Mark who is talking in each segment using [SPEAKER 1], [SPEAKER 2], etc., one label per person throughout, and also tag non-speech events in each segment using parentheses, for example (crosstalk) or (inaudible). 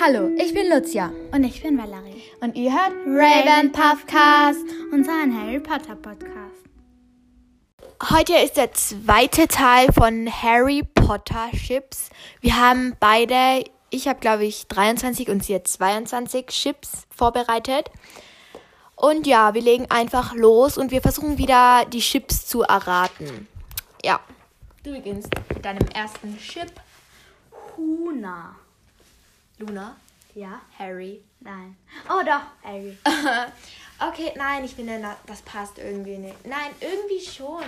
[SPEAKER 1] Hallo, ich bin Lucia
[SPEAKER 2] Und ich bin Valerie.
[SPEAKER 1] und ihr hört
[SPEAKER 2] Ravenpuffcast, unseren Harry Potter Podcast.
[SPEAKER 3] Heute ist der zweite Teil von Harry Potter Chips. Wir haben beide, ich habe glaube ich 23 und sie hat 22 Chips vorbereitet. Und ja, wir legen einfach los und wir versuchen wieder die Chips zu erraten. Ja. Du beginnst mit deinem ersten Chip.
[SPEAKER 2] Huna.
[SPEAKER 3] Luna,
[SPEAKER 2] Ja?
[SPEAKER 3] Harry.
[SPEAKER 2] Nein. Oh doch, Harry.
[SPEAKER 3] (laughs) Okay, nein, ich finde, na- das passt irgendwie nicht. Nein, irgendwie schon.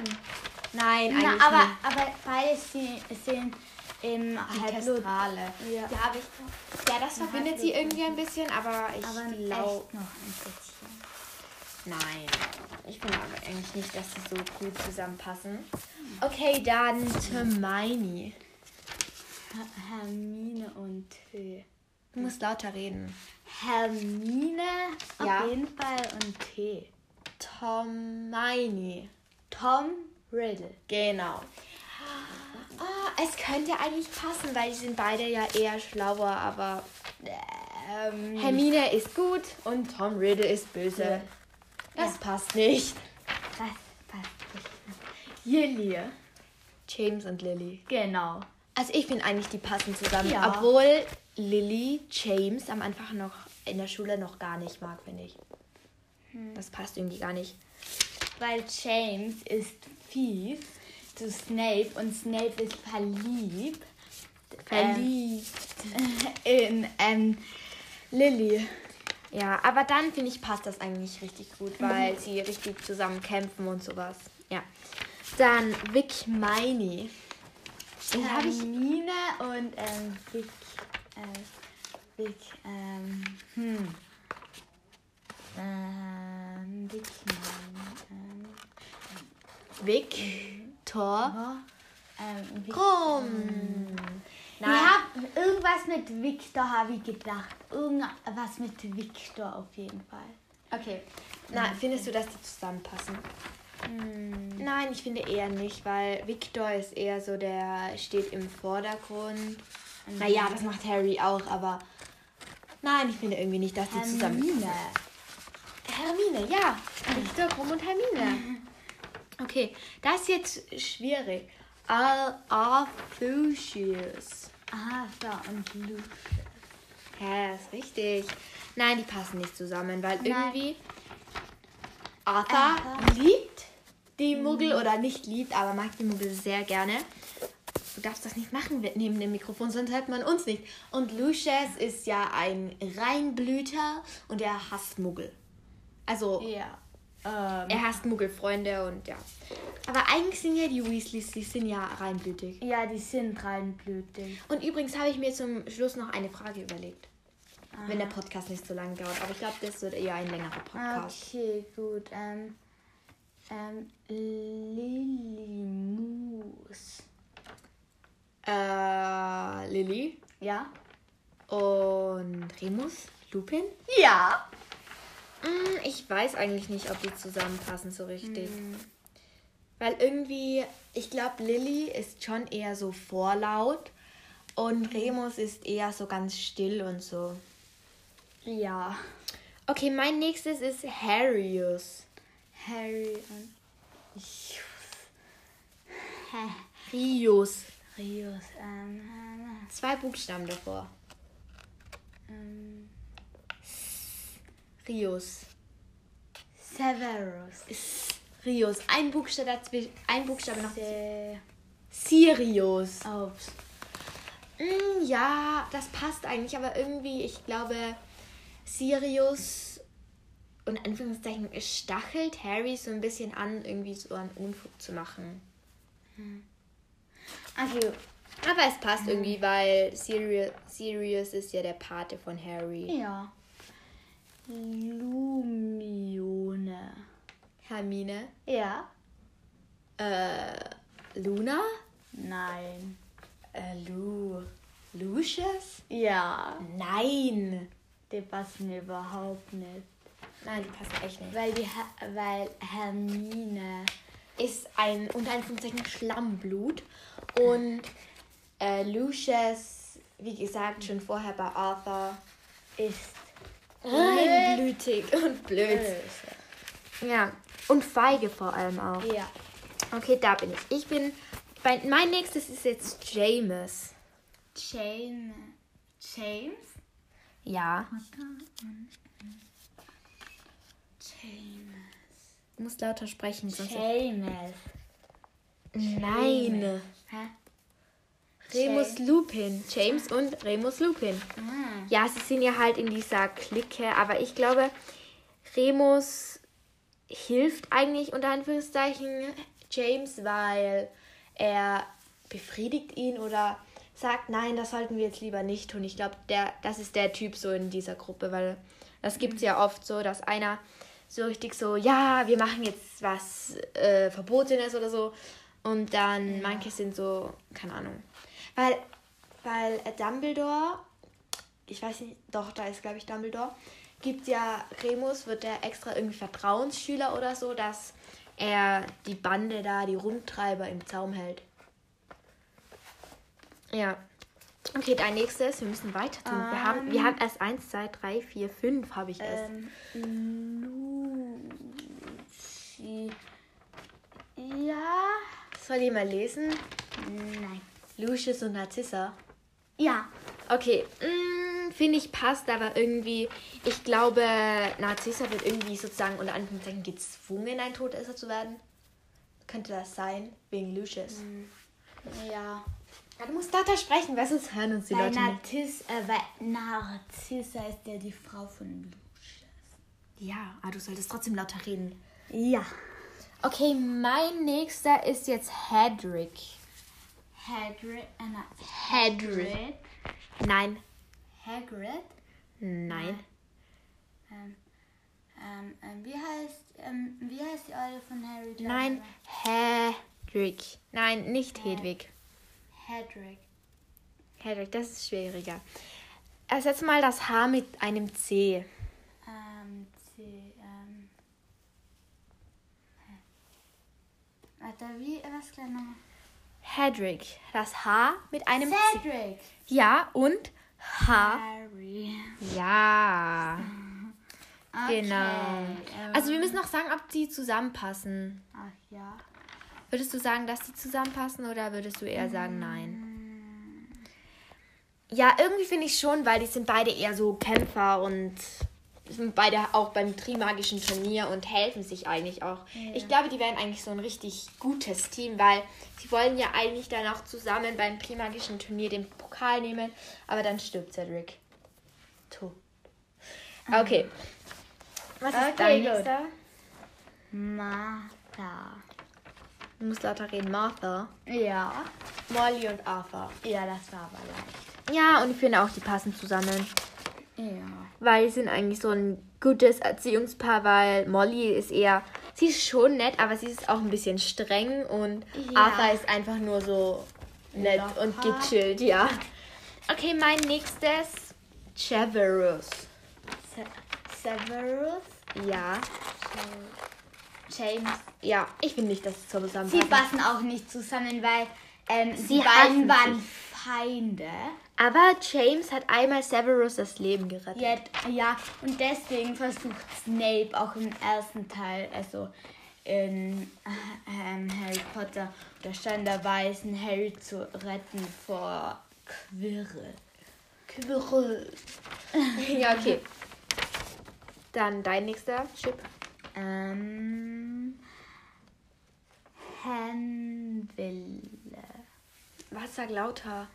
[SPEAKER 3] Nein,
[SPEAKER 2] Na,
[SPEAKER 3] eigentlich
[SPEAKER 2] aber,
[SPEAKER 3] nicht.
[SPEAKER 2] aber beide sehen, sehen im
[SPEAKER 3] Die
[SPEAKER 2] Halbblut.
[SPEAKER 3] Testrale.
[SPEAKER 2] Ja.
[SPEAKER 3] Ja, aber ich, ja, das verbindet sie irgendwie ein bisschen, also aber ich
[SPEAKER 2] Aber in
[SPEAKER 3] glaube.
[SPEAKER 2] echt noch ein bisschen.
[SPEAKER 3] Nein. Ich finde aber eigentlich nicht, dass sie so gut zusammenpassen. Okay, dann Hermione.
[SPEAKER 2] Her- Hermine und Tee.
[SPEAKER 3] Du musst lauter reden.
[SPEAKER 2] Hermine auf
[SPEAKER 3] Ja.
[SPEAKER 2] jeden Fall und Tee.
[SPEAKER 3] Tomine.
[SPEAKER 2] Tom Riddle.
[SPEAKER 3] Genau. Ah, es könnte eigentlich passen, weil die sind beide ja eher schlauer, aber
[SPEAKER 2] Ähm,
[SPEAKER 3] Hermine ist gut und Tom Riddle ist böse. Das passt nicht.
[SPEAKER 2] das passt nicht.
[SPEAKER 3] Lilly. James und Lilly.
[SPEAKER 2] Genau.
[SPEAKER 3] Also ich finde eigentlich, die passen zusammen.
[SPEAKER 2] Ja.
[SPEAKER 3] Obwohl Lily James am Anfang noch in der Schule noch gar nicht mag, finde ich. Das passt irgendwie gar nicht.
[SPEAKER 2] Weil James ist fies zu Snape und Snape ist verliebt
[SPEAKER 3] Verliebt.
[SPEAKER 2] in ähm,
[SPEAKER 3] Lilly. Ja, aber dann finde ich, passt das eigentlich richtig gut, weil sie richtig zusammen kämpfen und sowas. Ja. Dann Vic Miney. Den habe Äh, ich.
[SPEAKER 2] Hermine und ähm, Vic, äh, Vic, ähm, hm. Ähm, Vic, nein,
[SPEAKER 3] Victor.
[SPEAKER 2] ähm, ähm, Vic. hm.
[SPEAKER 3] Komm.
[SPEAKER 2] Ich hab irgendwas mit Victor, habe ich gedacht. Irgendwas mit Victor auf jeden Fall.
[SPEAKER 3] Okay. Na, findest du, dass die zusammenpassen?
[SPEAKER 2] Hm.
[SPEAKER 3] Nein, ich finde eher nicht, weil Victor ist eher so, der steht im Vordergrund. Naja, das macht Harry auch, aber nein, ich finde irgendwie nicht, dass
[SPEAKER 2] Ähm.
[SPEAKER 3] die zusammen.
[SPEAKER 2] Hermine.
[SPEAKER 3] Hermine, ja. Victor, Krumm und Hermine. Okay, das ist jetzt schwierig. Al Arthusius.
[SPEAKER 2] Ah, da und Luke.
[SPEAKER 3] Ja, ist richtig. Nein, die passen nicht zusammen, weil
[SPEAKER 2] Nein.
[SPEAKER 3] irgendwie Arthur
[SPEAKER 2] Arthur.
[SPEAKER 3] liebt die Muggel oder nicht liebt, aber mag die Muggel sehr gerne. Du darfst das nicht machen mit- neben dem Mikrofon, sonst hört man uns nicht. Und Lucius ist ja ein Reinblüter und er hasst Muggel. Also,
[SPEAKER 2] Ja. ähm,
[SPEAKER 3] er hasst Muggelfreunde und ja. Aber eigentlich sind ja die Weasleys, die sind ja reinblütig.
[SPEAKER 2] ja, die sind reinblütig.
[SPEAKER 3] Und übrigens habe ich mir zum Schluss noch eine Frage überlegt. Wenn der Podcast nicht so lange dauert. Aber ich glaube, das wird eher ein längerer Podcast.
[SPEAKER 2] Okay, gut. Ähm, ähm, Lilimus.
[SPEAKER 3] Äh, Lilly
[SPEAKER 2] Ja?
[SPEAKER 3] und Remus? Lupin?
[SPEAKER 2] Ja.
[SPEAKER 3] Hm, ich weiß eigentlich nicht, ob die zusammenpassen so richtig. Weil irgendwie, ich glaube, Lilly ist schon eher so vorlaut und Remus ist eher so ganz still und so.
[SPEAKER 2] Ja.
[SPEAKER 3] Okay, mein nächstes ist Harrius.
[SPEAKER 2] Harry und
[SPEAKER 3] Rius.
[SPEAKER 2] Rios. Ähm,
[SPEAKER 3] Zwei Buchstaben davor.
[SPEAKER 2] ähm,
[SPEAKER 3] Rius.
[SPEAKER 2] Severus.
[SPEAKER 3] Rius. Ein Buchstabe dazwischen. Ein Buchstabe noch.
[SPEAKER 2] Se
[SPEAKER 3] Sirius.
[SPEAKER 2] Ups.
[SPEAKER 3] Mm, ja, das passt eigentlich, aber irgendwie, ich glaube, Sirius und Anführungszeichen stachelt Harry so ein bisschen an, irgendwie so einen Unfug zu machen.
[SPEAKER 2] Okay.
[SPEAKER 3] Aber es passt irgendwie, weil Sirius, Sirius ist ja der Pate von Harry.
[SPEAKER 2] Ja. Lumione.
[SPEAKER 3] Hermine,
[SPEAKER 2] Ja.
[SPEAKER 3] äh, Luna,
[SPEAKER 2] Nein.
[SPEAKER 3] äh, Lu, Lucius?
[SPEAKER 2] Ja.
[SPEAKER 3] Nein.
[SPEAKER 2] Die passen überhaupt nicht.
[SPEAKER 3] Nein, die passen echt nicht.
[SPEAKER 2] Weil die Ha- weil Hermine.
[SPEAKER 3] ist ein unter Anführungszeichen Schlammblut und äh, Lucius wie gesagt, schon vorher bei Arthur
[SPEAKER 2] Ist.
[SPEAKER 3] Äh. reinblütig (laughs) und blöd. Ja, und feige vor allem auch.
[SPEAKER 2] Ja.
[SPEAKER 3] Okay, da bin ich. Ich bin. Bei, mein nächstes ist jetzt James.
[SPEAKER 2] James. James?
[SPEAKER 3] Ja.
[SPEAKER 2] James.
[SPEAKER 3] Du musst lauter sprechen, sonst.
[SPEAKER 2] James.
[SPEAKER 3] Nein.
[SPEAKER 2] Hä?
[SPEAKER 3] Remus Lupin. James und Remus Lupin.
[SPEAKER 2] Ah.
[SPEAKER 3] Ja, sie sind ja halt in dieser Clique, aber ich glaube, Remus hilft eigentlich unter Anführungszeichen James, weil er befriedigt ihn oder sagt, nein, das sollten wir jetzt lieber nicht tun. Ich glaube, der, das ist der Typ so in dieser Gruppe, weil das gibt es ja oft so, dass einer so richtig so, ja, wir machen jetzt was äh, Verbotenes oder so. Und dann manche sind so, keine Ahnung. Weil, weil Dumbledore ich weiß nicht, doch, da ist, glaube ich, Dumbledore, gibt ja Remus, wird der extra irgendwie Vertrauensschüler oder so, dass er die Bande da, die Rumtreiber im Zaum hält. Ja. Okay, dein nächstes, wir müssen weiter tun. wir, haben, wir haben erst 1, 2, 3, 4, 5 habe ich erst.
[SPEAKER 2] Ähm, Lucy. Ja.
[SPEAKER 3] Soll ich mal lesen?
[SPEAKER 2] Nein.
[SPEAKER 3] Lucius und Narcissa.
[SPEAKER 2] Ja.
[SPEAKER 3] Okay, mm, finde ich passt, aber irgendwie, ich glaube, Narzissa wird irgendwie sozusagen unter Anführungszeichen gezwungen, ein Todesser zu werden. Könnte das sein? Wegen Lucius.
[SPEAKER 2] Ja.
[SPEAKER 3] Mm. Ja, du musst lauter sprechen, weil sonst hören uns die
[SPEAKER 2] Bei
[SPEAKER 3] Leute nicht.
[SPEAKER 2] Narziss, äh, bei Narzissa ist ja die Frau von
[SPEAKER 3] Ja, aber du solltest trotzdem lauter reden.
[SPEAKER 2] Ja.
[SPEAKER 3] Okay, mein nächster ist jetzt Hedrick.
[SPEAKER 2] Hagrid. Äh, na,
[SPEAKER 3] Hedrick.
[SPEAKER 2] Hagrid.
[SPEAKER 3] Nein.
[SPEAKER 2] Hagrid.
[SPEAKER 3] Nein.
[SPEAKER 2] Ähm, ähm, ähm, wie heißt, ähm, wie heißt die Eule von Harry Potter?
[SPEAKER 3] Nein. Hedrick. Nein, nicht Hedwig.
[SPEAKER 2] Hedrick.
[SPEAKER 3] Hedrick, das ist schwieriger. Ersetz mal das H mit einem C.
[SPEAKER 2] Ähm, sie, ähm. hä? Warte, wie, äh, was gleich nochmal?
[SPEAKER 3] Hedrick. Das H mit einem C.
[SPEAKER 2] Cedric.
[SPEAKER 3] Ja, und H.
[SPEAKER 2] Harry.
[SPEAKER 3] Ja.
[SPEAKER 2] Okay,
[SPEAKER 3] Genau.
[SPEAKER 2] Ähm,
[SPEAKER 3] Also wir müssen noch sagen, ob die zusammenpassen.
[SPEAKER 2] ach ja.
[SPEAKER 3] Würdest du sagen, dass die zusammenpassen oder würdest du eher sagen, nein? Ja, irgendwie finde ich schon, weil die sind beide eher so Kämpfer und sind beide auch beim Trimagischen Turnier und helfen sich eigentlich auch. Ich glaube, die wären eigentlich so ein richtig gutes Team, weil sie wollen ja eigentlich dann auch zusammen beim Trimagischen Turnier den Pokal nehmen, aber dann stirbt Cedric. To. Okay. Was ist
[SPEAKER 2] Okay,
[SPEAKER 3] dein
[SPEAKER 2] gut.
[SPEAKER 3] nächster?
[SPEAKER 2] Martha.
[SPEAKER 3] Du musst lauter reden, Martha.
[SPEAKER 2] Ja.
[SPEAKER 3] Molly und Arthur.
[SPEAKER 2] Ja, das war aber leicht.
[SPEAKER 3] Ja, und ich finde auch, die passen zusammen.
[SPEAKER 2] Ja.
[SPEAKER 3] Weil sie sind eigentlich so ein gutes Erziehungspaar, weil Molly ist eher, sie ist schon nett, aber sie ist auch ein bisschen streng und
[SPEAKER 2] Ja.
[SPEAKER 3] Arthur ist einfach nur so nett
[SPEAKER 2] Locker.
[SPEAKER 3] und gechillt, ja. Okay, mein nächstes, Severus.
[SPEAKER 2] Se Severus.
[SPEAKER 3] Ja,
[SPEAKER 2] James.
[SPEAKER 3] ja, ich finde nicht, dass es so
[SPEAKER 2] Sie
[SPEAKER 3] zusammenpasst.
[SPEAKER 2] passen auch nicht zusammen, weil ähm,
[SPEAKER 3] Sie
[SPEAKER 2] die
[SPEAKER 3] hassen
[SPEAKER 2] beiden waren Feinde.
[SPEAKER 3] Aber James hat einmal Severus das Leben gerettet.
[SPEAKER 2] Ja, ja, und deswegen versucht Snape auch im ersten Teil, also in ähm, Harry Potter, der Stand der Weißen, Harry zu retten vor Quirrell. Quirrell.
[SPEAKER 3] (laughs) Ja, okay. Dann dein nächster Chip.
[SPEAKER 2] Ähm, Henville.
[SPEAKER 3] Was sag lauter?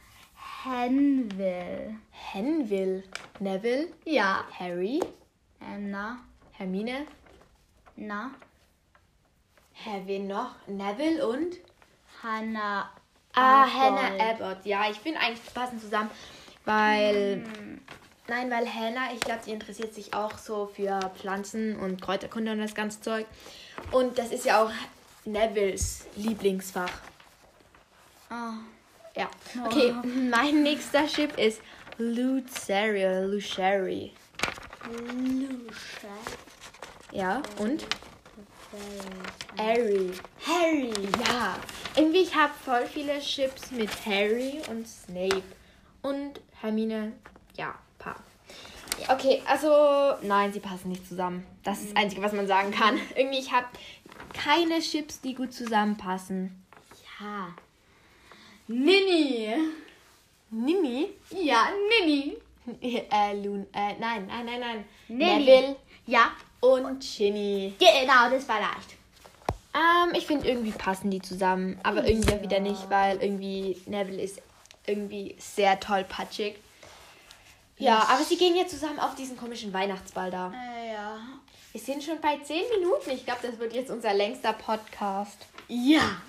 [SPEAKER 2] Henville.
[SPEAKER 3] Henville. Neville.
[SPEAKER 2] Ja.
[SPEAKER 3] Harry.
[SPEAKER 2] Ähm, na,
[SPEAKER 3] Hermine.
[SPEAKER 2] na,
[SPEAKER 3] Hä, wen noch? Neville und?
[SPEAKER 2] Hannah.
[SPEAKER 3] Ah,
[SPEAKER 2] Abbott.
[SPEAKER 3] Hannah Abbott. Ja, ich bin eigentlich die passen zusammen, weil. Nein, weil Hannah, ich glaube, die interessiert sich auch so für Pflanzen und Kräuterkunde und das ganze Zeug. Und das ist ja auch Nevilles Lieblingsfach.
[SPEAKER 2] Ah.
[SPEAKER 3] Ja. Okay, mein nächster Chip ist Luceria, Luceri.
[SPEAKER 2] Lucia.
[SPEAKER 3] Ja, und?
[SPEAKER 2] Berry.
[SPEAKER 3] Harry.
[SPEAKER 2] Harry.
[SPEAKER 3] Ja, irgendwie ich habe voll viele Chips mit Harry und Snape. und Hermine, ja, Paar. Okay, also nein, sie passen nicht zusammen. Das ist das Einzige, was man sagen kann. (laughs) Irgendwie, ich habe keine Chips, die gut zusammenpassen.
[SPEAKER 2] Ja. Nini.
[SPEAKER 3] Nini? (laughs)
[SPEAKER 2] Ja, Nini.
[SPEAKER 3] äh, Lun, äh, nein, nein, nein, nein.
[SPEAKER 2] Nelly.
[SPEAKER 3] Neville
[SPEAKER 2] Ja,
[SPEAKER 3] und Ginny.
[SPEAKER 2] genau, das war leicht.
[SPEAKER 3] Ähm, ich finde, irgendwie passen die zusammen. Aber irgendwie auch wieder nicht, weil irgendwie Neville ist irgendwie sehr tollpatschig. Ja, aber sie gehen ja zusammen auf diesen komischen Weihnachtsball da.
[SPEAKER 2] Äh, ja.
[SPEAKER 3] Wir sind schon bei 10 Minuten. Ich glaube, das wird jetzt unser längster Podcast.
[SPEAKER 2] Ja.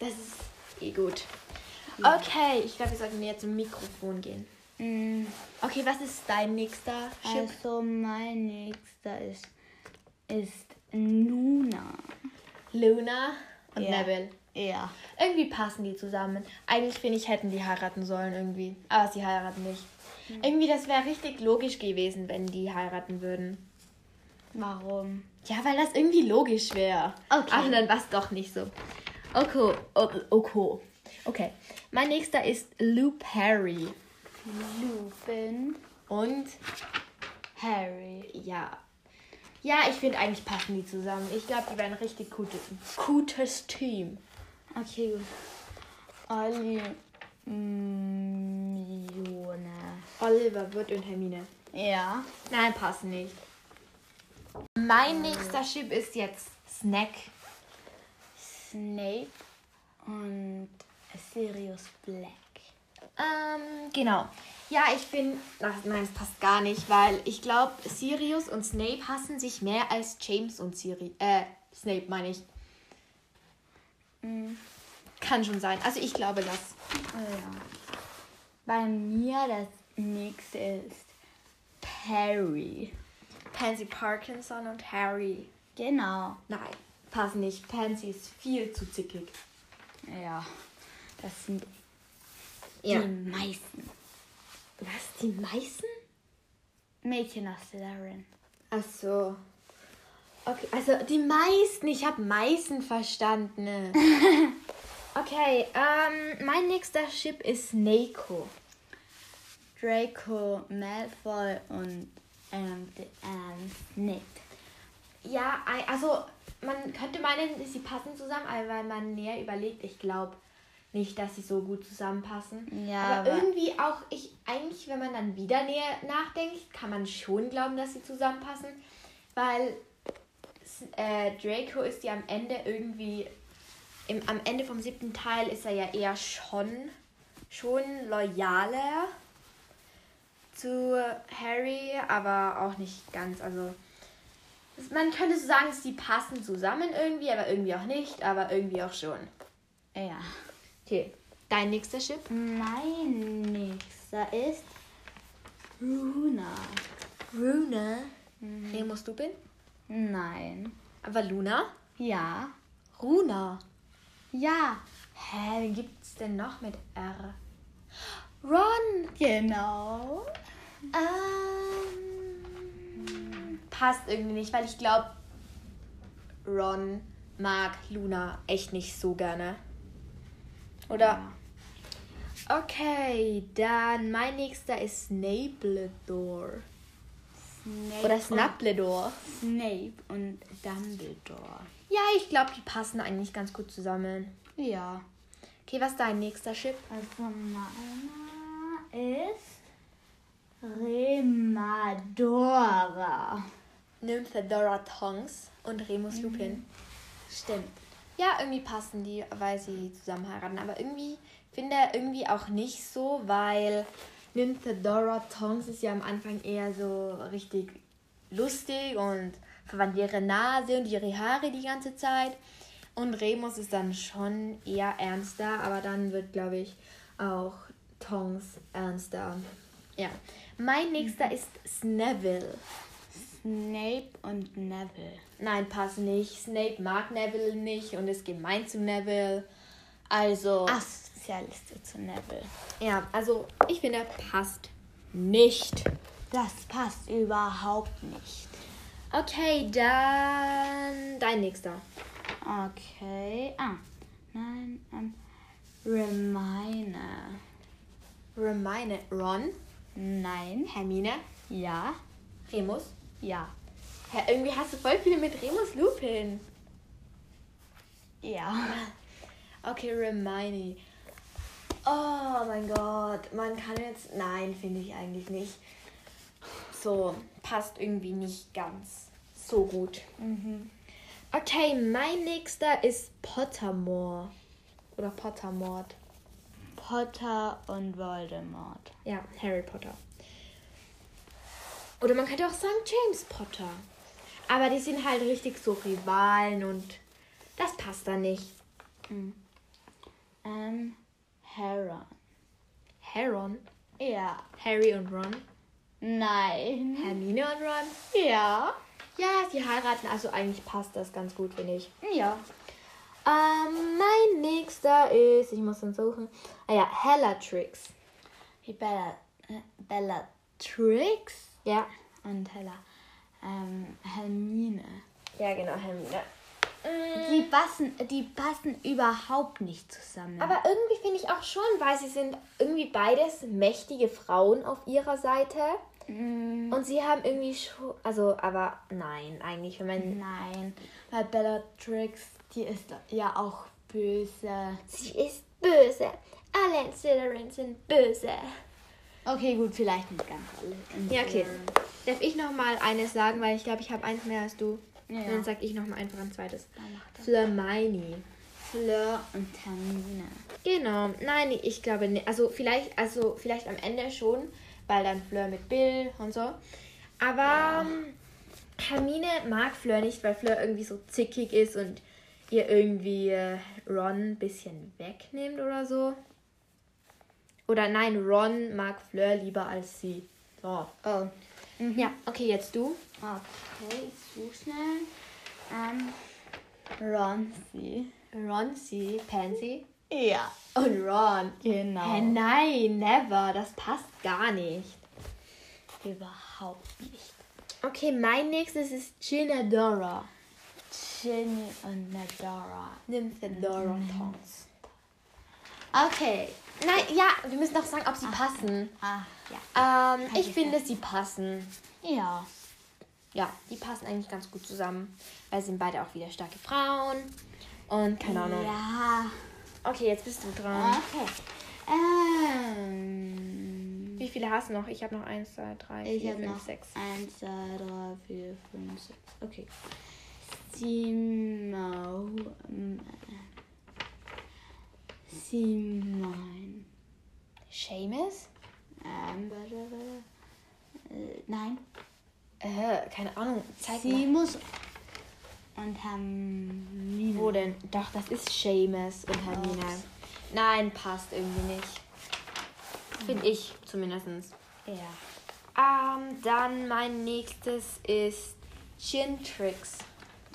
[SPEAKER 3] Das ist eh gut. Okay, ich glaube, wir sollten jetzt zum Mikrofon gehen. Okay, was ist dein nächster Chip?
[SPEAKER 2] Mm, Also mein nächster ist, ist Nuna.
[SPEAKER 3] Luna und
[SPEAKER 2] Ja.
[SPEAKER 3] Neville.
[SPEAKER 2] Ja.
[SPEAKER 3] Irgendwie passen die zusammen. Eigentlich finde ich, hätten die heiraten sollen irgendwie. Aber sie heiraten nicht. Irgendwie, das wäre richtig logisch gewesen, wenn die heiraten würden.
[SPEAKER 2] Warum?
[SPEAKER 3] Ja, weil das irgendwie logisch wäre.
[SPEAKER 2] Okay.
[SPEAKER 3] Aber dann war es doch nicht so. Okay, o- okay. Okay. Mein nächster ist Lou Perry.
[SPEAKER 2] Lupin.
[SPEAKER 3] Und
[SPEAKER 2] Harry.
[SPEAKER 3] ja. Ja, ich finde eigentlich passen die zusammen. Ich glaube, die wären ein richtig gutes, gutes Team.
[SPEAKER 2] Okay, gut. Ali. Mm, Mione.
[SPEAKER 3] Oliver, Wood und Hermine.
[SPEAKER 2] Ja.
[SPEAKER 3] Nein, passen nicht. Mein nächster Chip ist jetzt Snack.
[SPEAKER 2] Snape und Sirius Black.
[SPEAKER 3] Ähm, genau. Ja, ich finde, nein, es passt gar nicht, weil ich glaube, Sirius und Snape hassen sich mehr als James und Siri. Äh, Snape meine ich. Mhm. Kann schon sein. Also ich glaube das.
[SPEAKER 2] Ah, Ja. Bei mir das nächste ist Perry.
[SPEAKER 3] Pansy Parkinson und Harry.
[SPEAKER 2] Genau.
[SPEAKER 3] Nein, passen nicht. Pansy ist viel zu zickig.
[SPEAKER 2] Ja. Das sind die meisten.
[SPEAKER 3] Was, die meisten?
[SPEAKER 2] Mädchen aus Slytherin.
[SPEAKER 3] Ach so. Okay, also die meisten, ich habe meisten verstanden. okay, ähm, mein nächster Chip ist Neko.
[SPEAKER 2] Draco, Malfoy und ähm, D- ähm, Snape.
[SPEAKER 3] Ja, ei- also man könnte meinen, sie passen zusammen, aber wenn man näher überlegt, ich glaube nicht, dass sie so gut zusammenpassen.
[SPEAKER 2] Ja,
[SPEAKER 3] aber,
[SPEAKER 2] aber-
[SPEAKER 3] irgendwie auch, ich eigentlich, wenn man dann wieder näher nachdenkt, kann man schon glauben, dass sie zusammenpassen, weil S- äh, Draco ist ja am Ende irgendwie, im, am Ende vom siebten Teil ist er ja eher schon, schon loyaler zu Harry, aber auch nicht ganz, also man könnte so sagen, sie passen zusammen irgendwie, aber irgendwie auch nicht, aber irgendwie auch schon.
[SPEAKER 2] Ja.
[SPEAKER 3] Okay. Dein nächster Chip?
[SPEAKER 2] Mein nächster ist Luna.
[SPEAKER 3] Runa. Mhm. Nee, musst du bin.
[SPEAKER 2] Nein.
[SPEAKER 3] Aber Luna?
[SPEAKER 2] Ja.
[SPEAKER 3] Runa.
[SPEAKER 2] Ja.
[SPEAKER 3] Hä, wen gibt's denn noch mit R? Ron.
[SPEAKER 2] Genau.
[SPEAKER 3] Ähm, passt irgendwie nicht, weil ich glaube, Ron mag Luna echt nicht so gerne. Oder? Okay, dann mein nächster ist Snapledore.
[SPEAKER 2] Snape
[SPEAKER 3] Oder
[SPEAKER 2] und-
[SPEAKER 3] Snapledore.
[SPEAKER 2] Snape und Dumbledore.
[SPEAKER 3] Ja, ich glaube, die passen eigentlich ganz gut zusammen.
[SPEAKER 2] Ja.
[SPEAKER 3] Okay, was ist dein nächster Chip?
[SPEAKER 2] Also meiner ist Remadora.
[SPEAKER 3] Nymphedora Tongs und Remus Lupin.
[SPEAKER 2] Stimmt.
[SPEAKER 3] Ja, irgendwie passen die, weil sie zusammen heiraten. Aber irgendwie finde irgendwie auch nicht so, weil Nymphedora Tongs ist ja am Anfang eher so richtig lustig und verwandt ihre Nase und ihre Haare die ganze Zeit. Und Remus ist dann schon eher ernster, aber dann wird, glaube ich, auch Tongs ernster. Ja. Mein nächster ist Sneville.
[SPEAKER 2] Snape und Neville.
[SPEAKER 3] Nein, passt nicht. Snape mag Neville nicht und ist gemein zu Neville. Also.
[SPEAKER 2] Assozialiste zu Neville.
[SPEAKER 3] Ja, also ich finde, passt nicht.
[SPEAKER 2] Das passt überhaupt nicht.
[SPEAKER 3] Okay, dann dein nächster.
[SPEAKER 2] Okay. Ah. Nein. Ähm, Reminer.
[SPEAKER 3] Hermine, Ron,
[SPEAKER 2] Nein.
[SPEAKER 3] Hermine,
[SPEAKER 2] Ja.
[SPEAKER 3] Remus.
[SPEAKER 2] Ja.
[SPEAKER 3] Hä, irgendwie hast du voll viele mit Remus Lupin.
[SPEAKER 2] Ja.
[SPEAKER 3] Okay, Hermione. Oh mein Gott, man kann jetzt. Nein, finde ich eigentlich nicht. So, passt irgendwie nicht ganz so gut.
[SPEAKER 2] Mhm.
[SPEAKER 3] Okay, mein nächster ist Pottermore. Oder Pottermord.
[SPEAKER 2] Potter und Voldemort.
[SPEAKER 3] Ja, Harry Potter. Oder man könnte auch sagen James Potter. Aber die sind halt richtig so Rivalen und das passt da nicht.
[SPEAKER 2] Ähm, Heron.
[SPEAKER 3] Heron,
[SPEAKER 2] Ja.
[SPEAKER 3] Harry und Ron,
[SPEAKER 2] Nein.
[SPEAKER 3] Hermine und Ron.
[SPEAKER 2] Ja.
[SPEAKER 3] Ja, sie heiraten, also eigentlich passt das ganz gut, finde ich.
[SPEAKER 2] Ja.
[SPEAKER 3] Ähm, mein nächster ist, ich muss dann suchen. Ah ja, Hellatrix.
[SPEAKER 2] Wie Bella, äh, Bellatrix
[SPEAKER 3] Ja.
[SPEAKER 2] und Hella. Ähm, Hermine.
[SPEAKER 3] Ja, genau, Hermine. Äh.
[SPEAKER 2] Die passen, die passen überhaupt nicht zusammen.
[SPEAKER 3] Aber irgendwie finde ich auch schon, weil sie sind irgendwie beides mächtige Frauen auf ihrer Seite. Und sie haben irgendwie schon. Also, aber nein, eigentlich, wenn man.
[SPEAKER 2] Nein, weil Bellatrix, die ist ja auch böse.
[SPEAKER 3] Sie ist böse. Alle Slytherin sind böse.
[SPEAKER 2] Okay, gut, vielleicht nicht ganz alle.
[SPEAKER 3] Ja, okay. Darf ich nochmal eines sagen, weil ich glaube, ich habe eins mehr als du.
[SPEAKER 2] Ja.
[SPEAKER 3] Dann sag ich nochmal einfach ein zweites.
[SPEAKER 2] mach
[SPEAKER 3] Flermini.
[SPEAKER 2] Fleur und Hermine.
[SPEAKER 3] Genau. Nein, ich glaube nicht. Also vielleicht, also vielleicht am Ende schon, weil dann Fleur mit Bill und so. Aber ähm, Hermine mag Fleur nicht, weil Fleur irgendwie so zickig ist und ihr irgendwie äh, Ron ein bisschen wegnimmt oder so. Oder nein, Ron mag Fleur lieber als sie. So.
[SPEAKER 2] Oh.
[SPEAKER 3] Ja, okay, jetzt du.
[SPEAKER 2] Okay, ich such schnell. Ähm, Ronzi.
[SPEAKER 3] Ron, sie, Pansy.
[SPEAKER 2] Ja,
[SPEAKER 3] Und Ron.
[SPEAKER 2] genau.
[SPEAKER 3] Hä, nein, never. Das passt gar nicht.
[SPEAKER 2] Überhaupt nicht.
[SPEAKER 3] Okay, mein nächstes ist Ginadora.
[SPEAKER 2] Ginny und Nadora.
[SPEAKER 3] Nymphadora Tongs.
[SPEAKER 2] Okay.
[SPEAKER 3] Nein, ja, wir müssen auch sagen, ob sie passen.
[SPEAKER 2] Ah, ja.
[SPEAKER 3] Ähm, ich finde, sie passen.
[SPEAKER 2] Ja.
[SPEAKER 3] Ja, die passen eigentlich ganz gut zusammen, weil sie sind beide auch wieder starke Frauen. Und keine Ahnung.
[SPEAKER 2] Ja.
[SPEAKER 3] Okay, jetzt bist du dran.
[SPEAKER 2] Okay. Um, Ähm.
[SPEAKER 3] Wie viele hast du noch? Ich habe noch 1, 2, 3,
[SPEAKER 2] Ich
[SPEAKER 3] 4,
[SPEAKER 2] habe
[SPEAKER 3] 5,
[SPEAKER 2] noch
[SPEAKER 3] 6.
[SPEAKER 2] 1, 2, 3, 4, 5, 6. Okay. Simon. Simon.
[SPEAKER 3] Seamus?
[SPEAKER 2] Ähm, warte, warte. Äh, nein.
[SPEAKER 3] Äh, keine Ahnung. Zeig mal.
[SPEAKER 2] Simus und Hermine.
[SPEAKER 3] Wo denn? Doch, das ist Seamus und Hermine.
[SPEAKER 2] Ups.
[SPEAKER 3] Nein, passt irgendwie nicht. Finde ich zumindestens.
[SPEAKER 2] Ja.
[SPEAKER 3] Ähm, dann mein nächstes ist Chin Tricks.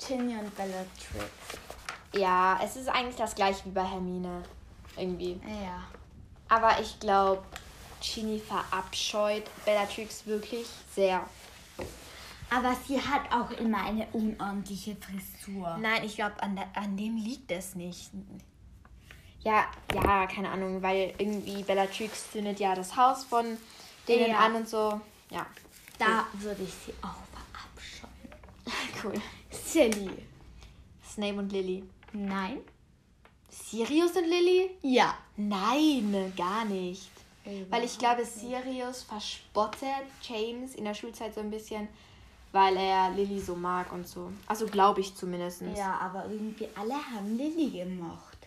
[SPEAKER 2] Ginny und Bellatrix.
[SPEAKER 3] Ja, es ist eigentlich das gleiche wie bei Hermine. Irgendwie.
[SPEAKER 2] Ja.
[SPEAKER 3] Aber ich glaube, Ginny verabscheut Bellatrix wirklich sehr.
[SPEAKER 2] Aber sie hat auch immer eine unordentliche Frisur.
[SPEAKER 3] Nein, ich glaube, an, der- an dem liegt es nicht. Ja, ja, keine Ahnung, weil irgendwie Bellatrix zündet ja das Haus von denen
[SPEAKER 2] Ja.
[SPEAKER 3] an und so. Ja, (laughs)
[SPEAKER 2] Da würde ich sie auch verabscheuen.
[SPEAKER 3] cool.
[SPEAKER 2] Silly.
[SPEAKER 3] Snape und Lily.
[SPEAKER 2] Nein.
[SPEAKER 3] Sirius und Lily?
[SPEAKER 2] Ja.
[SPEAKER 3] Nein, gar nicht.
[SPEAKER 2] Eben.
[SPEAKER 3] Weil ich glaube, Sirius verspottet James in der Schulzeit so ein bisschen, weil er Lily so mag und so. Also glaube ich zumindest.
[SPEAKER 2] Ja, aber irgendwie alle haben Lilly gemocht.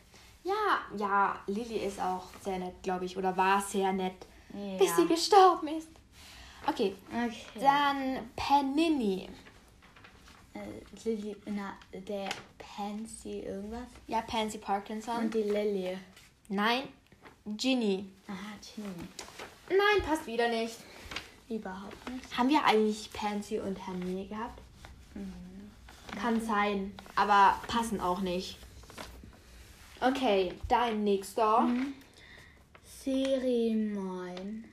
[SPEAKER 3] ja, ja, Lily ist auch sehr nett, glaube ich. Oder war sehr nett,
[SPEAKER 2] Ja.
[SPEAKER 3] bis sie gestorben ist. Okay,
[SPEAKER 2] Okay.
[SPEAKER 3] dann Panini.
[SPEAKER 2] äh, Lilly, na, der Pansy irgendwas.
[SPEAKER 3] Ja, Pansy Parkinson.
[SPEAKER 2] Und die Lilly.
[SPEAKER 3] Nein, Ginny.
[SPEAKER 2] Aha, Ginny.
[SPEAKER 3] Nein, passt wieder nicht.
[SPEAKER 2] Überhaupt nicht.
[SPEAKER 3] Haben wir eigentlich Pansy und Hermine gehabt? Kann sein, aber passen auch nicht. Okay, dein nächster.
[SPEAKER 2] Sirimoin.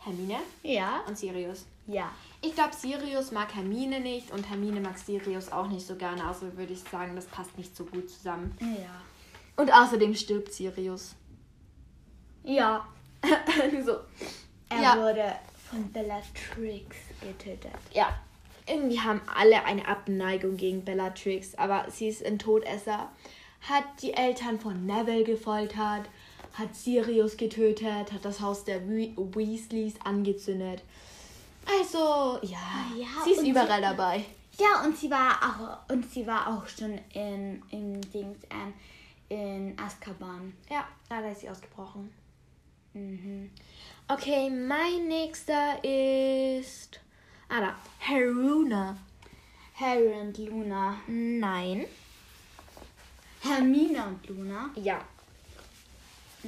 [SPEAKER 3] Hermine
[SPEAKER 2] Ja?
[SPEAKER 3] und Sirius.
[SPEAKER 2] Ja.
[SPEAKER 3] Ich glaube, Sirius mag Hermine nicht und Hermine mag Sirius auch nicht so gerne. Also würde ich sagen, das passt nicht so gut zusammen.
[SPEAKER 2] Ja.
[SPEAKER 3] (laughs) Und außerdem stirbt Sirius.
[SPEAKER 2] Ja.
[SPEAKER 3] so.
[SPEAKER 2] Er
[SPEAKER 3] Ja.
[SPEAKER 2] wurde von Bellatrix getötet.
[SPEAKER 3] Ja. Irgendwie haben alle eine Abneigung gegen Bellatrix, aber sie ist ein Todesser. Hat die Eltern von Neville gefoltert, hat Sirius getötet, hat das Haus der We Weasleys angezündet. Also, ja,
[SPEAKER 2] ja,
[SPEAKER 3] sie ist
[SPEAKER 2] und sie-
[SPEAKER 3] überall dabei.
[SPEAKER 2] Ja, und sie war auch, und sie war auch schon in, in Dings, ähm, in Azkaban.
[SPEAKER 3] Ja, ah, da ist sie ausgebrochen.
[SPEAKER 2] Mhm.
[SPEAKER 3] Okay, mein nächster ist. Ah, da. Haruna.
[SPEAKER 2] Harry und Luna.
[SPEAKER 3] Nein.
[SPEAKER 2] Hermine und Luna.
[SPEAKER 3] Ja.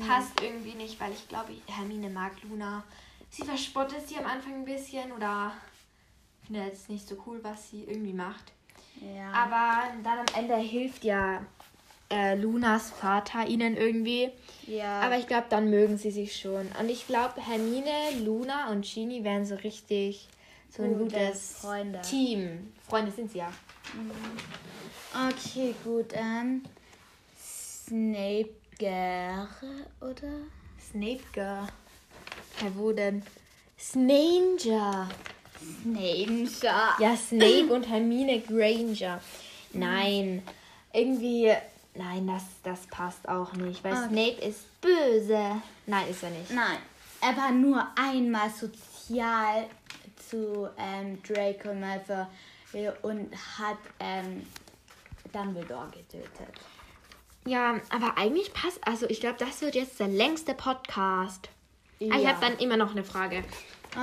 [SPEAKER 3] Passt irgendwie nicht, weil ich glaube, Hermine mag Luna. Sie verspottet sie am Anfang ein bisschen oder findet es nicht so cool, was sie irgendwie macht.
[SPEAKER 2] Ja.
[SPEAKER 3] Aber dann am Ende hilft ja äh, Lunas Vater ihnen irgendwie.
[SPEAKER 2] ja.
[SPEAKER 3] Aber ich glaube, dann mögen sie sich schon. Und ich glaube, Hermine, Luna und Genie wären so richtig so ein
[SPEAKER 2] Gute
[SPEAKER 3] gutes
[SPEAKER 2] Freunde.
[SPEAKER 3] Team. Freunde sind sie ja.
[SPEAKER 2] okay, gut, ähm, Snape Gare, oder?
[SPEAKER 3] Snape Girl. Hä, wo denn? Snanger.
[SPEAKER 2] Snape ja.
[SPEAKER 3] Ja, Snape und Hermine Granger. Nein, irgendwie, nein, das, das passt auch nicht, weil Snape ist böse. Nein, ist er nicht.
[SPEAKER 2] Nein, er war nur einmal sozial zu ähm, Draco Malfoy und hat ähm, Dumbledore getötet.
[SPEAKER 3] Ja, aber eigentlich passt, also ich glaube, das wird jetzt der längste Podcast. Ah, ich
[SPEAKER 2] Ja.
[SPEAKER 3] habe dann immer noch eine Frage.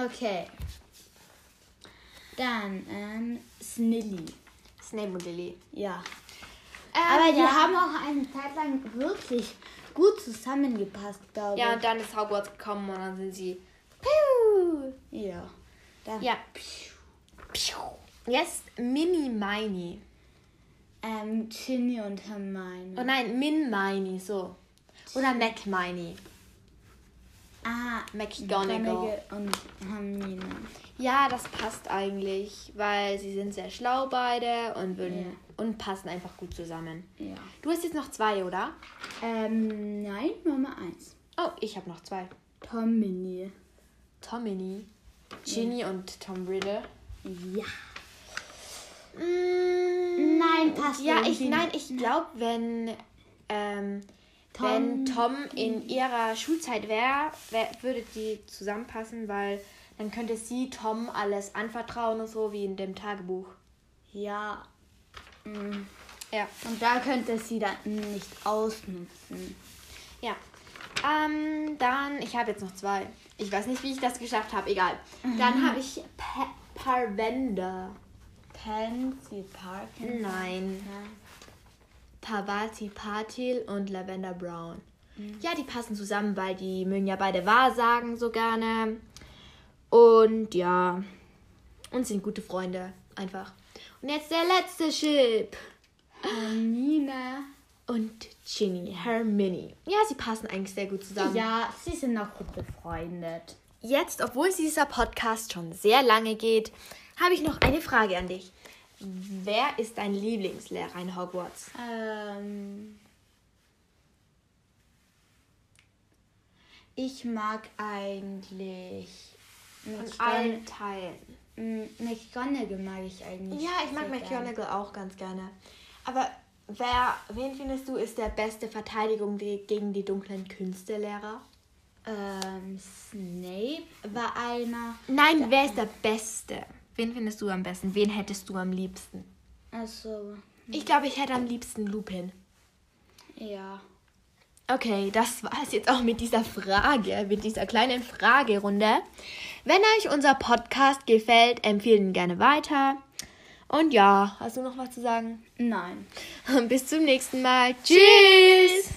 [SPEAKER 2] Okay. Dann ähm, Snilly.
[SPEAKER 3] Snape und Lily.
[SPEAKER 2] Ja.
[SPEAKER 3] Aber
[SPEAKER 2] Aber
[SPEAKER 3] Ähm, ja.
[SPEAKER 2] die haben auch eine Zeit lang wirklich gut zusammengepasst, glaube
[SPEAKER 3] Ja, und dann ist Hogwarts gekommen und dann sind sie. Piu!
[SPEAKER 2] ich. Ja. Dann,
[SPEAKER 3] Ja. Piu. Jetzt Mini Miney.
[SPEAKER 2] Ähm, Ginny und Hermione.
[SPEAKER 3] Oh nein, Min Miney, so. Oder Mac Miney.
[SPEAKER 2] ah,
[SPEAKER 3] McGonagall.
[SPEAKER 2] Ronny und Hermine.
[SPEAKER 3] Ja, das passt eigentlich, weil sie sind sehr schlau beide und würden und passen einfach gut zusammen.
[SPEAKER 2] Ja.
[SPEAKER 3] Du hast jetzt noch zwei, oder?
[SPEAKER 2] Ähm, nein, Nummer 1.
[SPEAKER 3] Oh, ich habe noch zwei.
[SPEAKER 2] Tomini.
[SPEAKER 3] Tomini, Ginny und Tom Riddle.
[SPEAKER 2] Ja.
[SPEAKER 3] Mm,
[SPEAKER 2] Nein, passt
[SPEAKER 3] ja, ich
[SPEAKER 2] irgendwie
[SPEAKER 3] nein, ich glaube, wenn ähm,
[SPEAKER 2] Tom-
[SPEAKER 3] wenn Tom in ihrer Schulzeit wäre, wär, würde die zusammenpassen, weil dann könnte sie Tom alles anvertrauen und so wie in dem Tagebuch.
[SPEAKER 2] Ja. Mhm.
[SPEAKER 3] Ja.
[SPEAKER 2] Und da könnte sie dann nicht ausnutzen.
[SPEAKER 3] Ja. Ähm, dann, ich habe jetzt noch zwei. Ich weiß nicht, wie ich das geschafft habe. Egal. Dann habe ich pa Parvenda.
[SPEAKER 2] Pansy Parkin.
[SPEAKER 3] Nein. Parvati Patil und Lavender Brown. Ja, die passen zusammen, weil die mögen ja beide Wahrsagen so gerne. Und ja. Und sind gute Freunde. Einfach. Und jetzt der letzte Chip.
[SPEAKER 2] Hermine.
[SPEAKER 3] Und Ginny, Hermione. Ja, sie passen eigentlich sehr gut zusammen.
[SPEAKER 2] Ja, sie sind noch gut befreundet.
[SPEAKER 3] Jetzt, obwohl dieser Podcast schon sehr lange geht, habe ich noch eine Frage an dich. Wer ist dein Lieblingslehrer in Hogwarts?
[SPEAKER 2] Ähm. Ich mag eigentlich. McGon
[SPEAKER 3] Teilen.
[SPEAKER 2] M- McGonagall mag ich eigentlich.
[SPEAKER 3] Ja, ich mag
[SPEAKER 2] sehr gern.
[SPEAKER 3] McGonagall auch ganz gerne. Aber wer, wen findest du ist der beste Verteidigung ge- gegen die dunklen Künstelehrer?
[SPEAKER 2] Ähm, Snape war einer.
[SPEAKER 3] Nein, wer ist der Beste? Wen findest du am besten? Wen hättest du am liebsten?
[SPEAKER 2] Also,
[SPEAKER 3] Ich glaube, ich hätte am liebsten Lupin.
[SPEAKER 2] ja.
[SPEAKER 3] Okay, das war es jetzt auch mit dieser Frage, mit dieser kleinen Fragerunde. Wenn euch unser Podcast gefällt, empfehlen ihn gerne weiter. Und ja, hast du noch was zu sagen? (laughs)
[SPEAKER 2] Nein.
[SPEAKER 3] Bis zum nächsten Mal. Tschüss!